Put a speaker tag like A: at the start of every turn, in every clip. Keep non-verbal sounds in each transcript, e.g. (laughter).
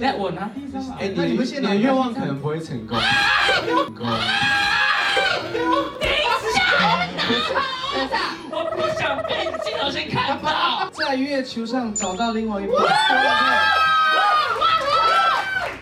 A: 那我拿第三把。
B: 哎，
C: 那
B: 你
C: 你们现在
B: 你的愿望可能不会成功。成功。
A: 我不想被镜头先看到。
C: (laughs) 在月球上找到另外一半。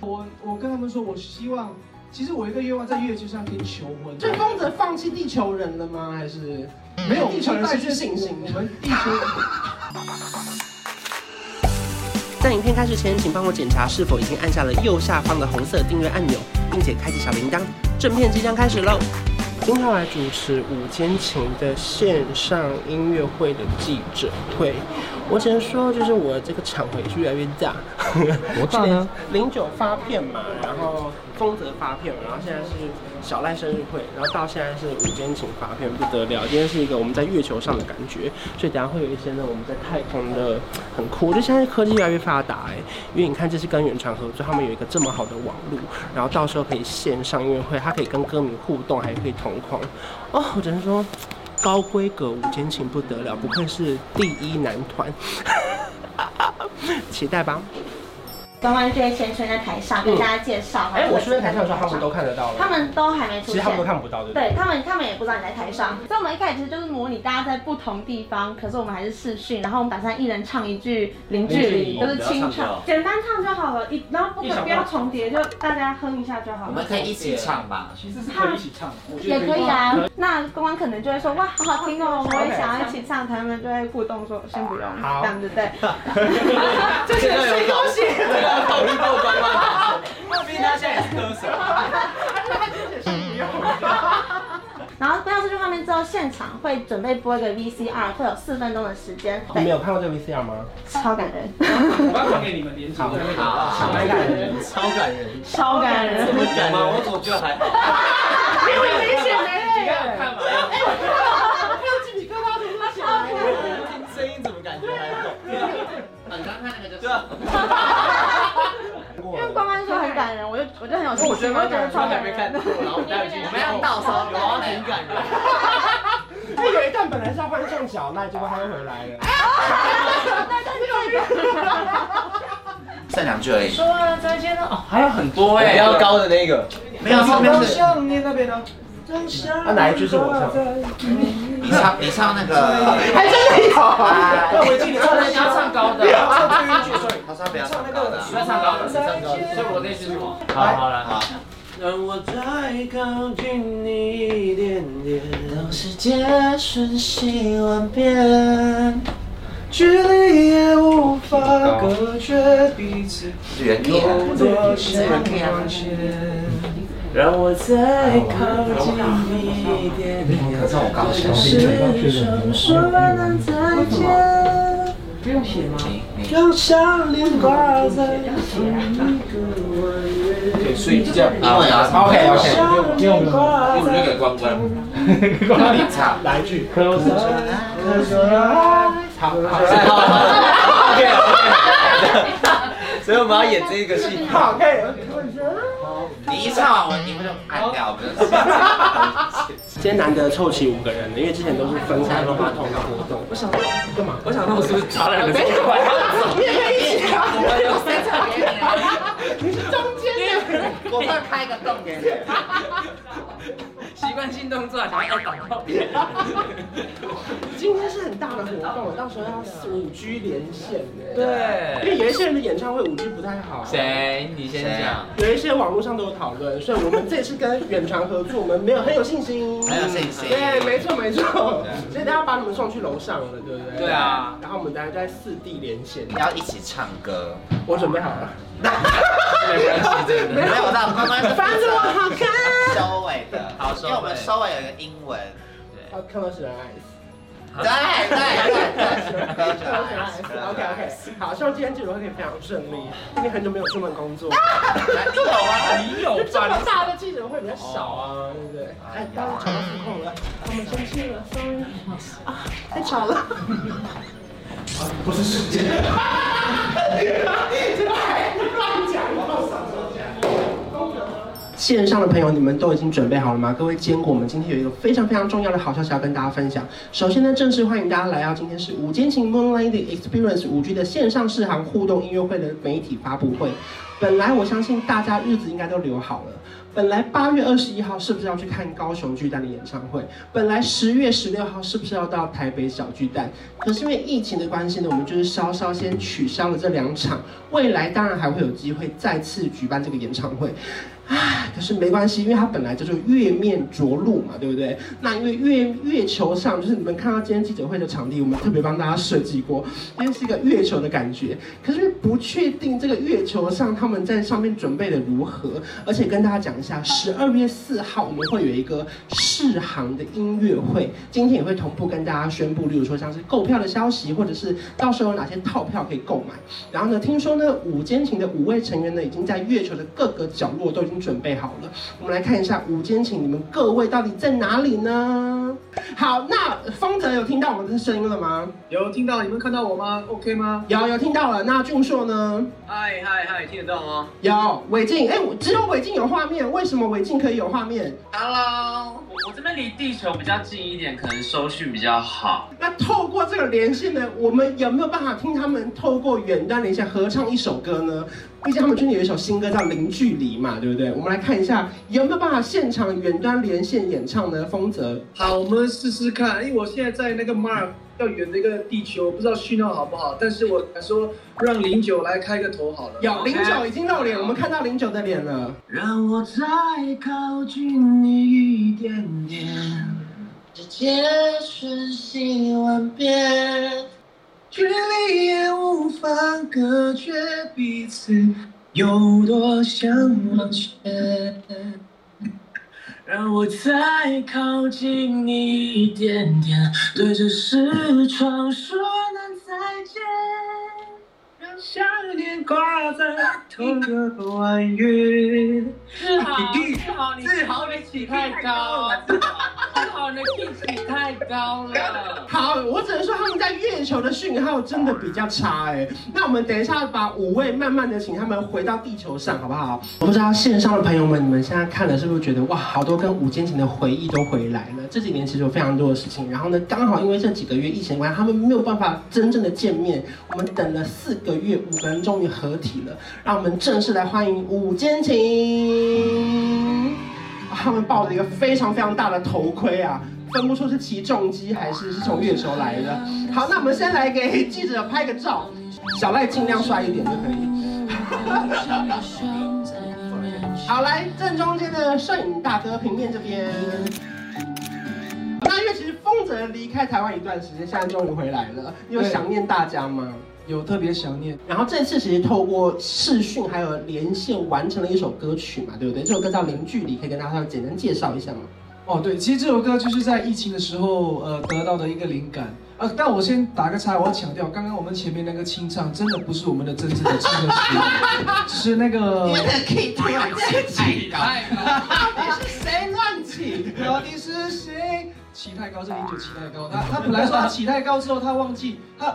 C: 我我跟他们说，我希望，其实我有一个愿望，在月球上可以求婚。
D: 追风者放弃地球人了吗？还是
C: 没有
D: 地球人
C: 但
D: 失去信心？
C: 我们地球。
D: (laughs)
E: 在影片开始前，请帮我检查是否已经按下了右下方的红色订阅按钮，并且开启小铃铛。正片即将开始喽！今天要来主持午间情的线上音乐会的记者会，我只能说，就是我这个场回是越来越大，多 (laughs) 大呢？零九发片嘛，然后丰泽发片，然后现在是小赖生日会，然后到现在是午间情发片，不得了！今天是一个我们在月球上的感觉，所以等一下会有一些呢我们在太空的很酷。我觉得现在科技越来越发达哎、因为你看这是跟原传合作，他们有一个这么好的网络，然后到时候可以线上音乐会，它可以跟歌迷互动，还可以同框。哦，我只能说高规格五间情不得了，不愧是第一男团， (laughs) 期待吧。
F: 刚刚对先生在台上跟大家介绍，
E: 哎、我顺便台上的时候，他们都看得到了，
F: 他们都还没出
E: 其
F: 现，
E: 实他们都看不到，对不对？
F: 对他们，他们也不知道你在台上，所以我们一开始其实就是模拟大家在不同地方，可是我们还是视讯，然后我们打算一人唱一句零距离，就是清唱，简单唱就好了，一然后不可不要重叠，就大家哼一下就好
G: 我
F: 了
G: 们。可以一起唱吧，
C: 其实是可以一起唱的，我觉得
F: 也可以啊，那公安可能就会说哇，好好听哦，我也想要一起唱，他们就会互动说先不用，这样子对，这是吹狗血，
G: 要考虑曝光吗？
F: (laughs) 然后播到这句画面之后，现场会准备播一个 VCR，会有四分钟的时间，
E: 你们
F: 对，
E: 有看过这个 VCR 吗？
F: 超感人，
C: 我要传给你们连场。
G: 好，蛮感人，超感人。
F: (laughs) 超感人
G: 这么感人吗？我总觉得还好。
F: 没有危险的耶，
C: 看吗？
G: 声音怎么感觉还好？很刚看那个就是。对啊。
F: 因为关关说很感人，我就我就很有信心，我就觉得超感人。
G: 然后我们待会去，我们要倒烧，然后很感人。
E: 他有一段本来是要换上脚，那结果他又回来了。
F: (laughs)
G: 剩两句而已，
A: 说啊，再见了哦，还有很多哎，要
G: 高的那个。没有，上面是。
C: 像你那边呢？
E: 那哪一句是我唱？
G: 你唱，你唱那个。还真的有啊！
A: 回去，你要你要唱高的，
G: 他说不要唱高的啊。
A: 你要唱高的，唱高的，所以我那句是什么？好好了，好。
E: 让我再靠近你一点点，让世界瞬息万变。
C: 距离也无法隔绝彼此
G: 原地啊。
C: 有多想关切。
E: 让我再靠近你一点点，
G: 可是我高兴。
E: 是想说能再见。
G: 你你。
E: 让笑脸挂在
C: 对，所以这样
G: 英文啊
C: ，OK OK，因为我们
G: 不如就给关关。哪里唱？
E: 哪一句好，好，
G: OK OK，所以我们要演这一个戏。 (laughs)
E: 好，可以。
G: 你一唱完，我你们就按掉，我们就。
E: 今天难得凑齐五个人了，因为之前都是分开都发同一个活动。我想干嘛？
A: 我想那我是不是砸了人的这块？
G: 我会开个洞给你。
A: 习惯性动作，想要打到别人。
E: 今天是很大的活动，到时候要五 G 连线的。因为
A: 对。
E: 有一些人的演唱会五 G 不太好。
A: 谁？你先讲。
E: 有一些网络上都有讨论，所以我们这次跟远传合作，我们没有很有信心，
G: 很有信心
E: 对，没错没错，所以大家把你们送去楼上了，对不对？
A: 对啊。
E: 然后我们大家在四地连线，
G: 你要一起唱歌。
E: 我准备好了。
A: 没关系，真的。
G: 没有，我让关关是
E: 反正我好看。
G: 收尾的，
A: 好
G: 因为我们收尾有一个英文。
E: 好看到是人爱死。
G: 对对对对对。
E: OK OK，好，希望今天这种会可以非常顺利，因为很久没有出门工作，
G: 你有吗？
A: 你有
E: 这么
A: 吧？
E: 大的记者会比较少啊，对不对？哎，大家吵到失控了，我们生气了，sorry，啊，太吵了。线上的朋友，你们都已经准备好了吗？各位坚果，我们今天有一个非常非常重要的好消息要跟大家分享。首先呢，正式欢迎大家来到今天是午间情 Moonlighting Experience 五 G 的线上试航互动音乐会的媒体发布会。本来我相信大家日子应该都留好了。本来八月二十一号是不是要去看高雄巨蛋的演唱会？本来十月十六号是不是要到台北小巨蛋？可是因为疫情的关系呢，我们就是稍稍先取消了这两场，未来当然还会有机会再次举办这个演唱会。唉，可是没关系，因为它本来就是月面着陆嘛，对不对？那因为月月球上，就是你们看到今天记者会的场地，我们特别帮大家设计过，因为是一个月球的感觉。可是不确定这个月球上他们在上面准备的如何，而且跟大家讲一下，十二月四号我们会有一个试航的音乐会，今天也会同步跟大家宣布，例如说像是购票的消息，或者是到时候有哪些套票可以购买。然后呢，听说呢，五间琴的五位成员呢，已经在月球的各个角落都已经准备好了。我们来看一下五间琴，你们各位到底在哪里呢？好，那方泽有听到我们的声音了吗？
G: 有听到你们看到我吗？OK 吗？
E: 有，有听到了。那俊硕呢？
G: 嗨嗨嗨，听得到吗
E: 有，韦静。哎，我只有韦静有画面，为什么韦静可以有画面？
A: Hello，我我这边离地球比较近一点，可能收讯比较好。
E: 那透过这个连线呢，我们有没有办法听他们透过远端连线合唱一首歌呢？毕竟他们最近有一首新歌叫《零距离》嘛，对不对？我们来看一下有没有办法现场远端连线演唱呢？丰泽，
G: 好，我们试试看，因哎为我现在在那个 Mark 要远的一个地球，不知道讯号好不好，但是我想说让零九来开个头好了。
E: 有零九已经露脸，我们看到零九的脸了。
H: 让我再靠近你一点点，世界瞬息万变，距离也无法隔绝彼此有多想往前。让我再靠近你一点点，对着视窗说声再见，让想念挂在头的晚啊云。
A: 志豪，志豪，你志豪，你起太高了，志豪，你的 key 起太高了。
E: 好，我只能说他们在月球的讯号真的比较差哎、那我们等一下把五位慢慢的请他们回到地球上，好不好？我不知道线上的朋友们，你们现在看了是不是觉得哇，好多跟五间琴的回忆都回来了？这几年其实有非常多的事情，然后呢，刚好因为这几个月疫情的关系，他们没有办法真正的见面，我们等了四个月，五个人终于合体了，让我们正式来欢迎五间琴。他们抱着一个非常非常大的头盔啊，分不出是起重机还是是从月球来的。好，那我们先来给记者拍个照，小赖尽量帅一点就可以。好，来正中间的摄影大哥平面这边。那因为其实丰泽离开台湾一段时间，现在终于回来了，你有
C: 对
E: 想念大家吗？
C: 有特别想念。
E: 然后这次其实透过视讯还有连线完成了一首歌曲嘛，对不对？这首歌叫《零距离》，可以跟大家简单介绍一下吗？
C: 哦，对，其实这首歌就是在疫情的时候，呃，得到的一个灵感。呃，但我先打个岔，我要强调，刚刚我们前面那个清唱真的不是我们的真正的清歌实力，只是那个
E: (laughs) 你。的 key 突然间起来，你是谁
C: (laughs)
E: 乱起？
C: 到底是谁？起太高，这零九起太高。他他本来说他起太高之后，他忘记他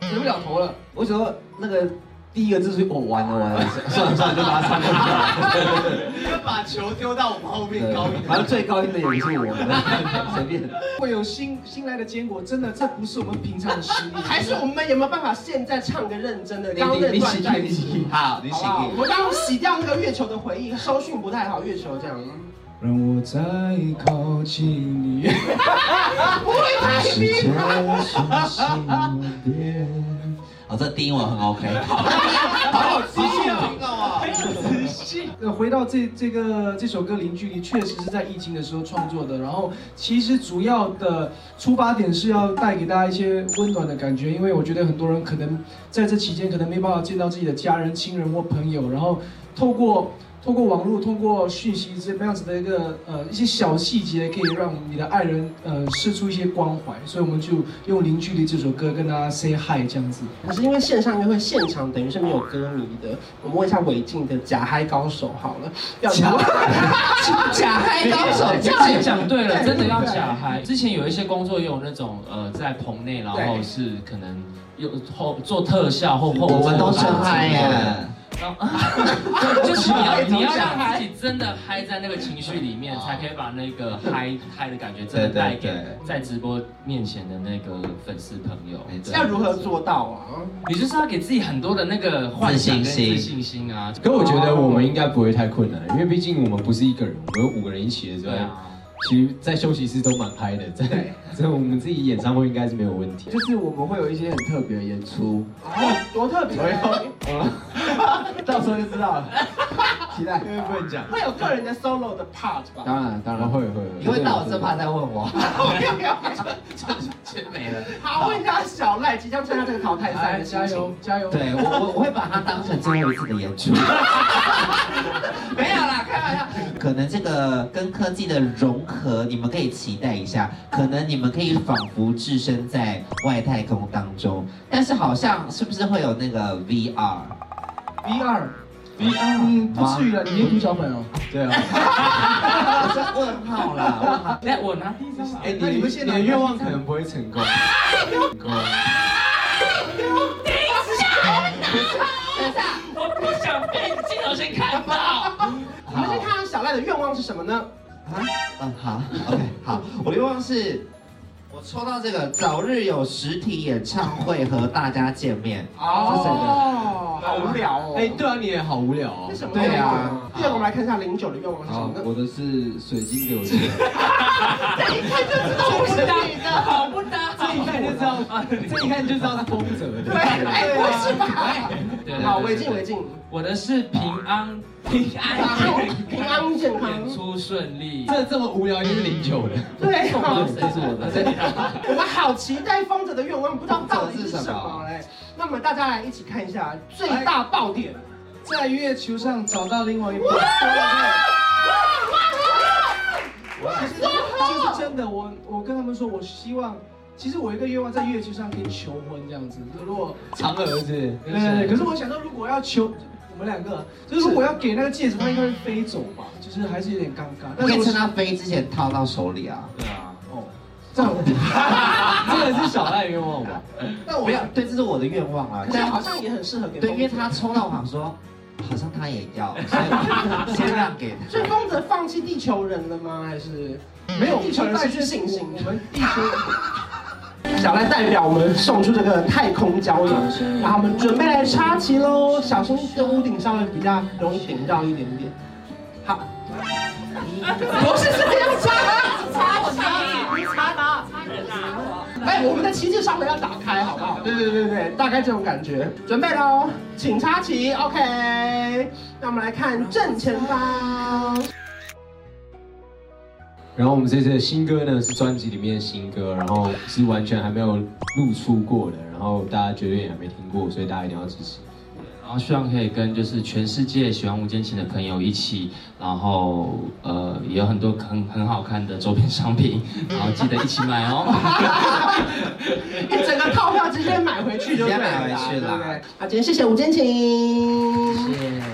C: 回不了头了。
H: 我只要那个第一个字是我、哦、完了完了， (laughs) 算了算了，就把它删掉。
G: 把球丢到我们后面
H: 对反正最高音的也不是 (laughs) 我，随便。
C: 会有新新来的坚果，真的这不是我们平常的实力。
E: 还是我们有没有办法现在唱个认真的？刚刚那段在一起，
H: 好，你
E: 好不好？我刚刚洗掉那个月球的回忆，收讯不太好，月球这样。
B: 让我再靠近你，
E: (laughs) 不会太
B: 世界
E: 逼他。
B: 瞬息万变，
H: 哦，这低音我很 OK。
C: 呃，回到这这个这首歌《零距离》，确实是在疫情的时候创作的。然后，其实主要的出发点是要带给大家一些温暖的感觉，因为我觉得很多人可能在这期间可能没办法见到自己的家人、亲人或朋友，然后透过透过网络、透过讯息这样子的一个呃一些小细节，可以让你的爱人呃试出一些关怀。所以我们就用《零距离》这首歌跟大家 say hi 这样子。
E: 可是因为线上约会现场等于是没有歌迷的，我们问一下韦静的假嗨高手好了，要假假 (laughs) 嗨高手这样
A: 讲讲对了，真的要假嗨。之前有一些工作也有那种呃，在棚内，然后是可能有后做特效或后
H: (laughs)
E: (laughs)
H: 我们都
A: 真
H: 真嗨耶！啊
A: 然后就是你要你要让自己真的嗨在那个情绪里面，才可以把那个嗨嗨的感觉真的带给
I: 对对对
A: 在直播面前的那个粉丝朋友。
I: 没错
E: 要如何做到啊？
A: 你就是要给自己很多的那个幻想跟
I: 自信心
A: 自信心啊。
C: 可我觉得我们应该不会太困难，因为毕竟我们不是一个人，我们有五个人一起的时
A: 对
C: 候，
A: 啊。
C: 其实，在休息室都蛮嗨的， (laughs) 在在我们自己演唱会应该是没有问题。
G: 就是我们会有一些很特别的演出，
E: 哦，多特别，
G: 到时候就知道了，期待。
F: 啊
C: 因为不能讲，
E: 会有个人的 solo 的 part 吧？
G: 当然，当
C: 然
G: 然
C: 后
G: 会。
C: 会会。
G: 你会到我这趴再问
A: (laughs)
G: 我，
E: (laughs) 好，问一下小赖即将参加这个淘汰赛
F: 来
C: 哎
E: 的
F: 加
E: 心
F: 油
E: 情。
F: 加油！
G: 对我我我会把它当成最后一次的演出。
E: 没有啦，开玩笑。
G: 可能这个跟科技的融合，你们可以期待一下。可能你们可以仿佛置身在外太空当中，但是好像是不是会有那个 VR？
F: V 二 V 二，嗯，不至于了，你别读小本哦。
C: 对啊。
G: 我是问号啦，问号。
A: 那我拿第一张吧。
C: 哎，
F: 那
C: 你
F: 你们
C: 们
F: 现
C: 现哦
F: 在
C: 在的愿望可能不会成功。成功。
A: 我不想被镜头先看到。
E: 我们先看看小赖的愿望是什么呢？
G: 啊，嗯，好，OK，好，我愿望是，我抽到这个早日有实体演唱会和大家见面。
E: 哦，好无聊哦。
C: 哎，对啊，你也好无聊哦
E: 为。什么？
G: 对
E: 啊
G: 啊。
E: 第二个，我们来看一下零九的愿望是什
C: 好
E: 么，呢？
C: 我的是水晶给我的。
G: (laughs)
A: 好不搭，好不搭，
C: 这一看就知道，这一看就知道是风折的。
E: 哎，不是吧？
A: 对
E: 好，
A: 对
E: 围
A: 对
E: 巾，围巾。
A: 我的是平安，平安，
E: 平安健康
A: 演出顺利。
C: 这这么无聊，一定是零九的。
E: 对
C: 这
E: 哦
C: 是这是我的。
E: 我们好期待风者的愿望，不知道到底是什么嘞。那么大家来一起看一下最大爆点。
F: 在月球上找到另外一半。啊其实其实真的，我我跟他们说，我希望，其实我有一个愿望在月球上可以求婚这样子。如果
C: 嫦娥是不
F: 对
C: 是。
F: 对哎对，可是我想到如果要求我们两个，就是如果要给那个戒指，他应该会飞走吧，就是还是有点尴尬。但
G: 可
F: 是
G: 以
F: 我
G: 趁他飞之前掏到手里啊！
A: 对啊，
F: 这样，
C: 这个是小赖愿望吧？
G: 但我不要，对，这是我的愿望啊。
E: 可是
G: 但
E: 好像也很适合给
G: 对，
E: 风
G: 因
E: 者
G: 为。他抽到，我想说，好像他也要，所以先让给他。
E: 所以风者放弃地球人了吗？还是
F: 没有
E: 地球人
F: 但
E: 失去信心
F: 我们地球。
E: 小赖代表我们送出这个太空胶囊，然后我们准备来插旗喽，小心这屋顶稍微比较容易顶到一点点。好，不是这样插，插我插你插他，哎，我们的旗帜稍微要打开，好不好？对对对对，大概这种感觉。准备喽，请插旗，OK。那我们来看正前方，
C: (laughs) 然后我们这次的新歌呢是专辑里面的新歌，然后是完全还没有露出过的，然后大家绝对也还没听过，所以大家一定要支持。
A: 然后希望可以跟就是全世界喜欢《无间情》的朋友一起，然后呃也有很多很很好看的周边商品，然后记得一起买哦。
E: 一哎整个套票直接买回去就对了啦，
G: 直接买回去啦
E: 对不对。好，今天谢谢吴坚晴，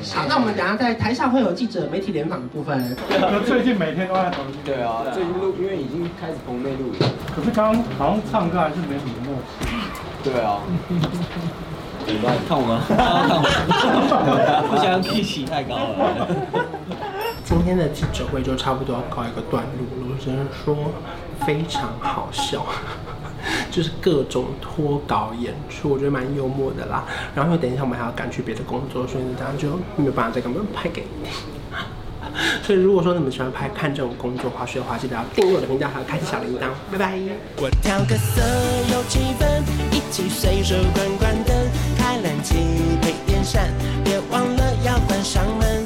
G: 谢谢
E: 好，那我们等一下在台下会有记者媒体联访的部分。
J: 最近每天都在投资，
K: 对啊，最近录，因为已经开始棚内录影。
J: 可是刚刚好像唱歌还是没什么默契。
K: 对啊。怎么办？看我吗？我现在预期太高了。
E: 今天的记者会就差不多要告一个段落了，我只能说非常好笑， (laughs) 就是各种脱稿演出，我觉得蛮幽默的啦。然后因为等一下我们还要赶去别的工作，所以大家就没有办法再给我们拍给你听。 (laughs) 所以如果说你们喜欢拍看这种工作花絮的话，记得要订阅我的频道，还有开启小铃铛，拜拜。
I: 我调个色，有气氛，一起随手关关灯，开冷气配电扇，别忘了要关上门。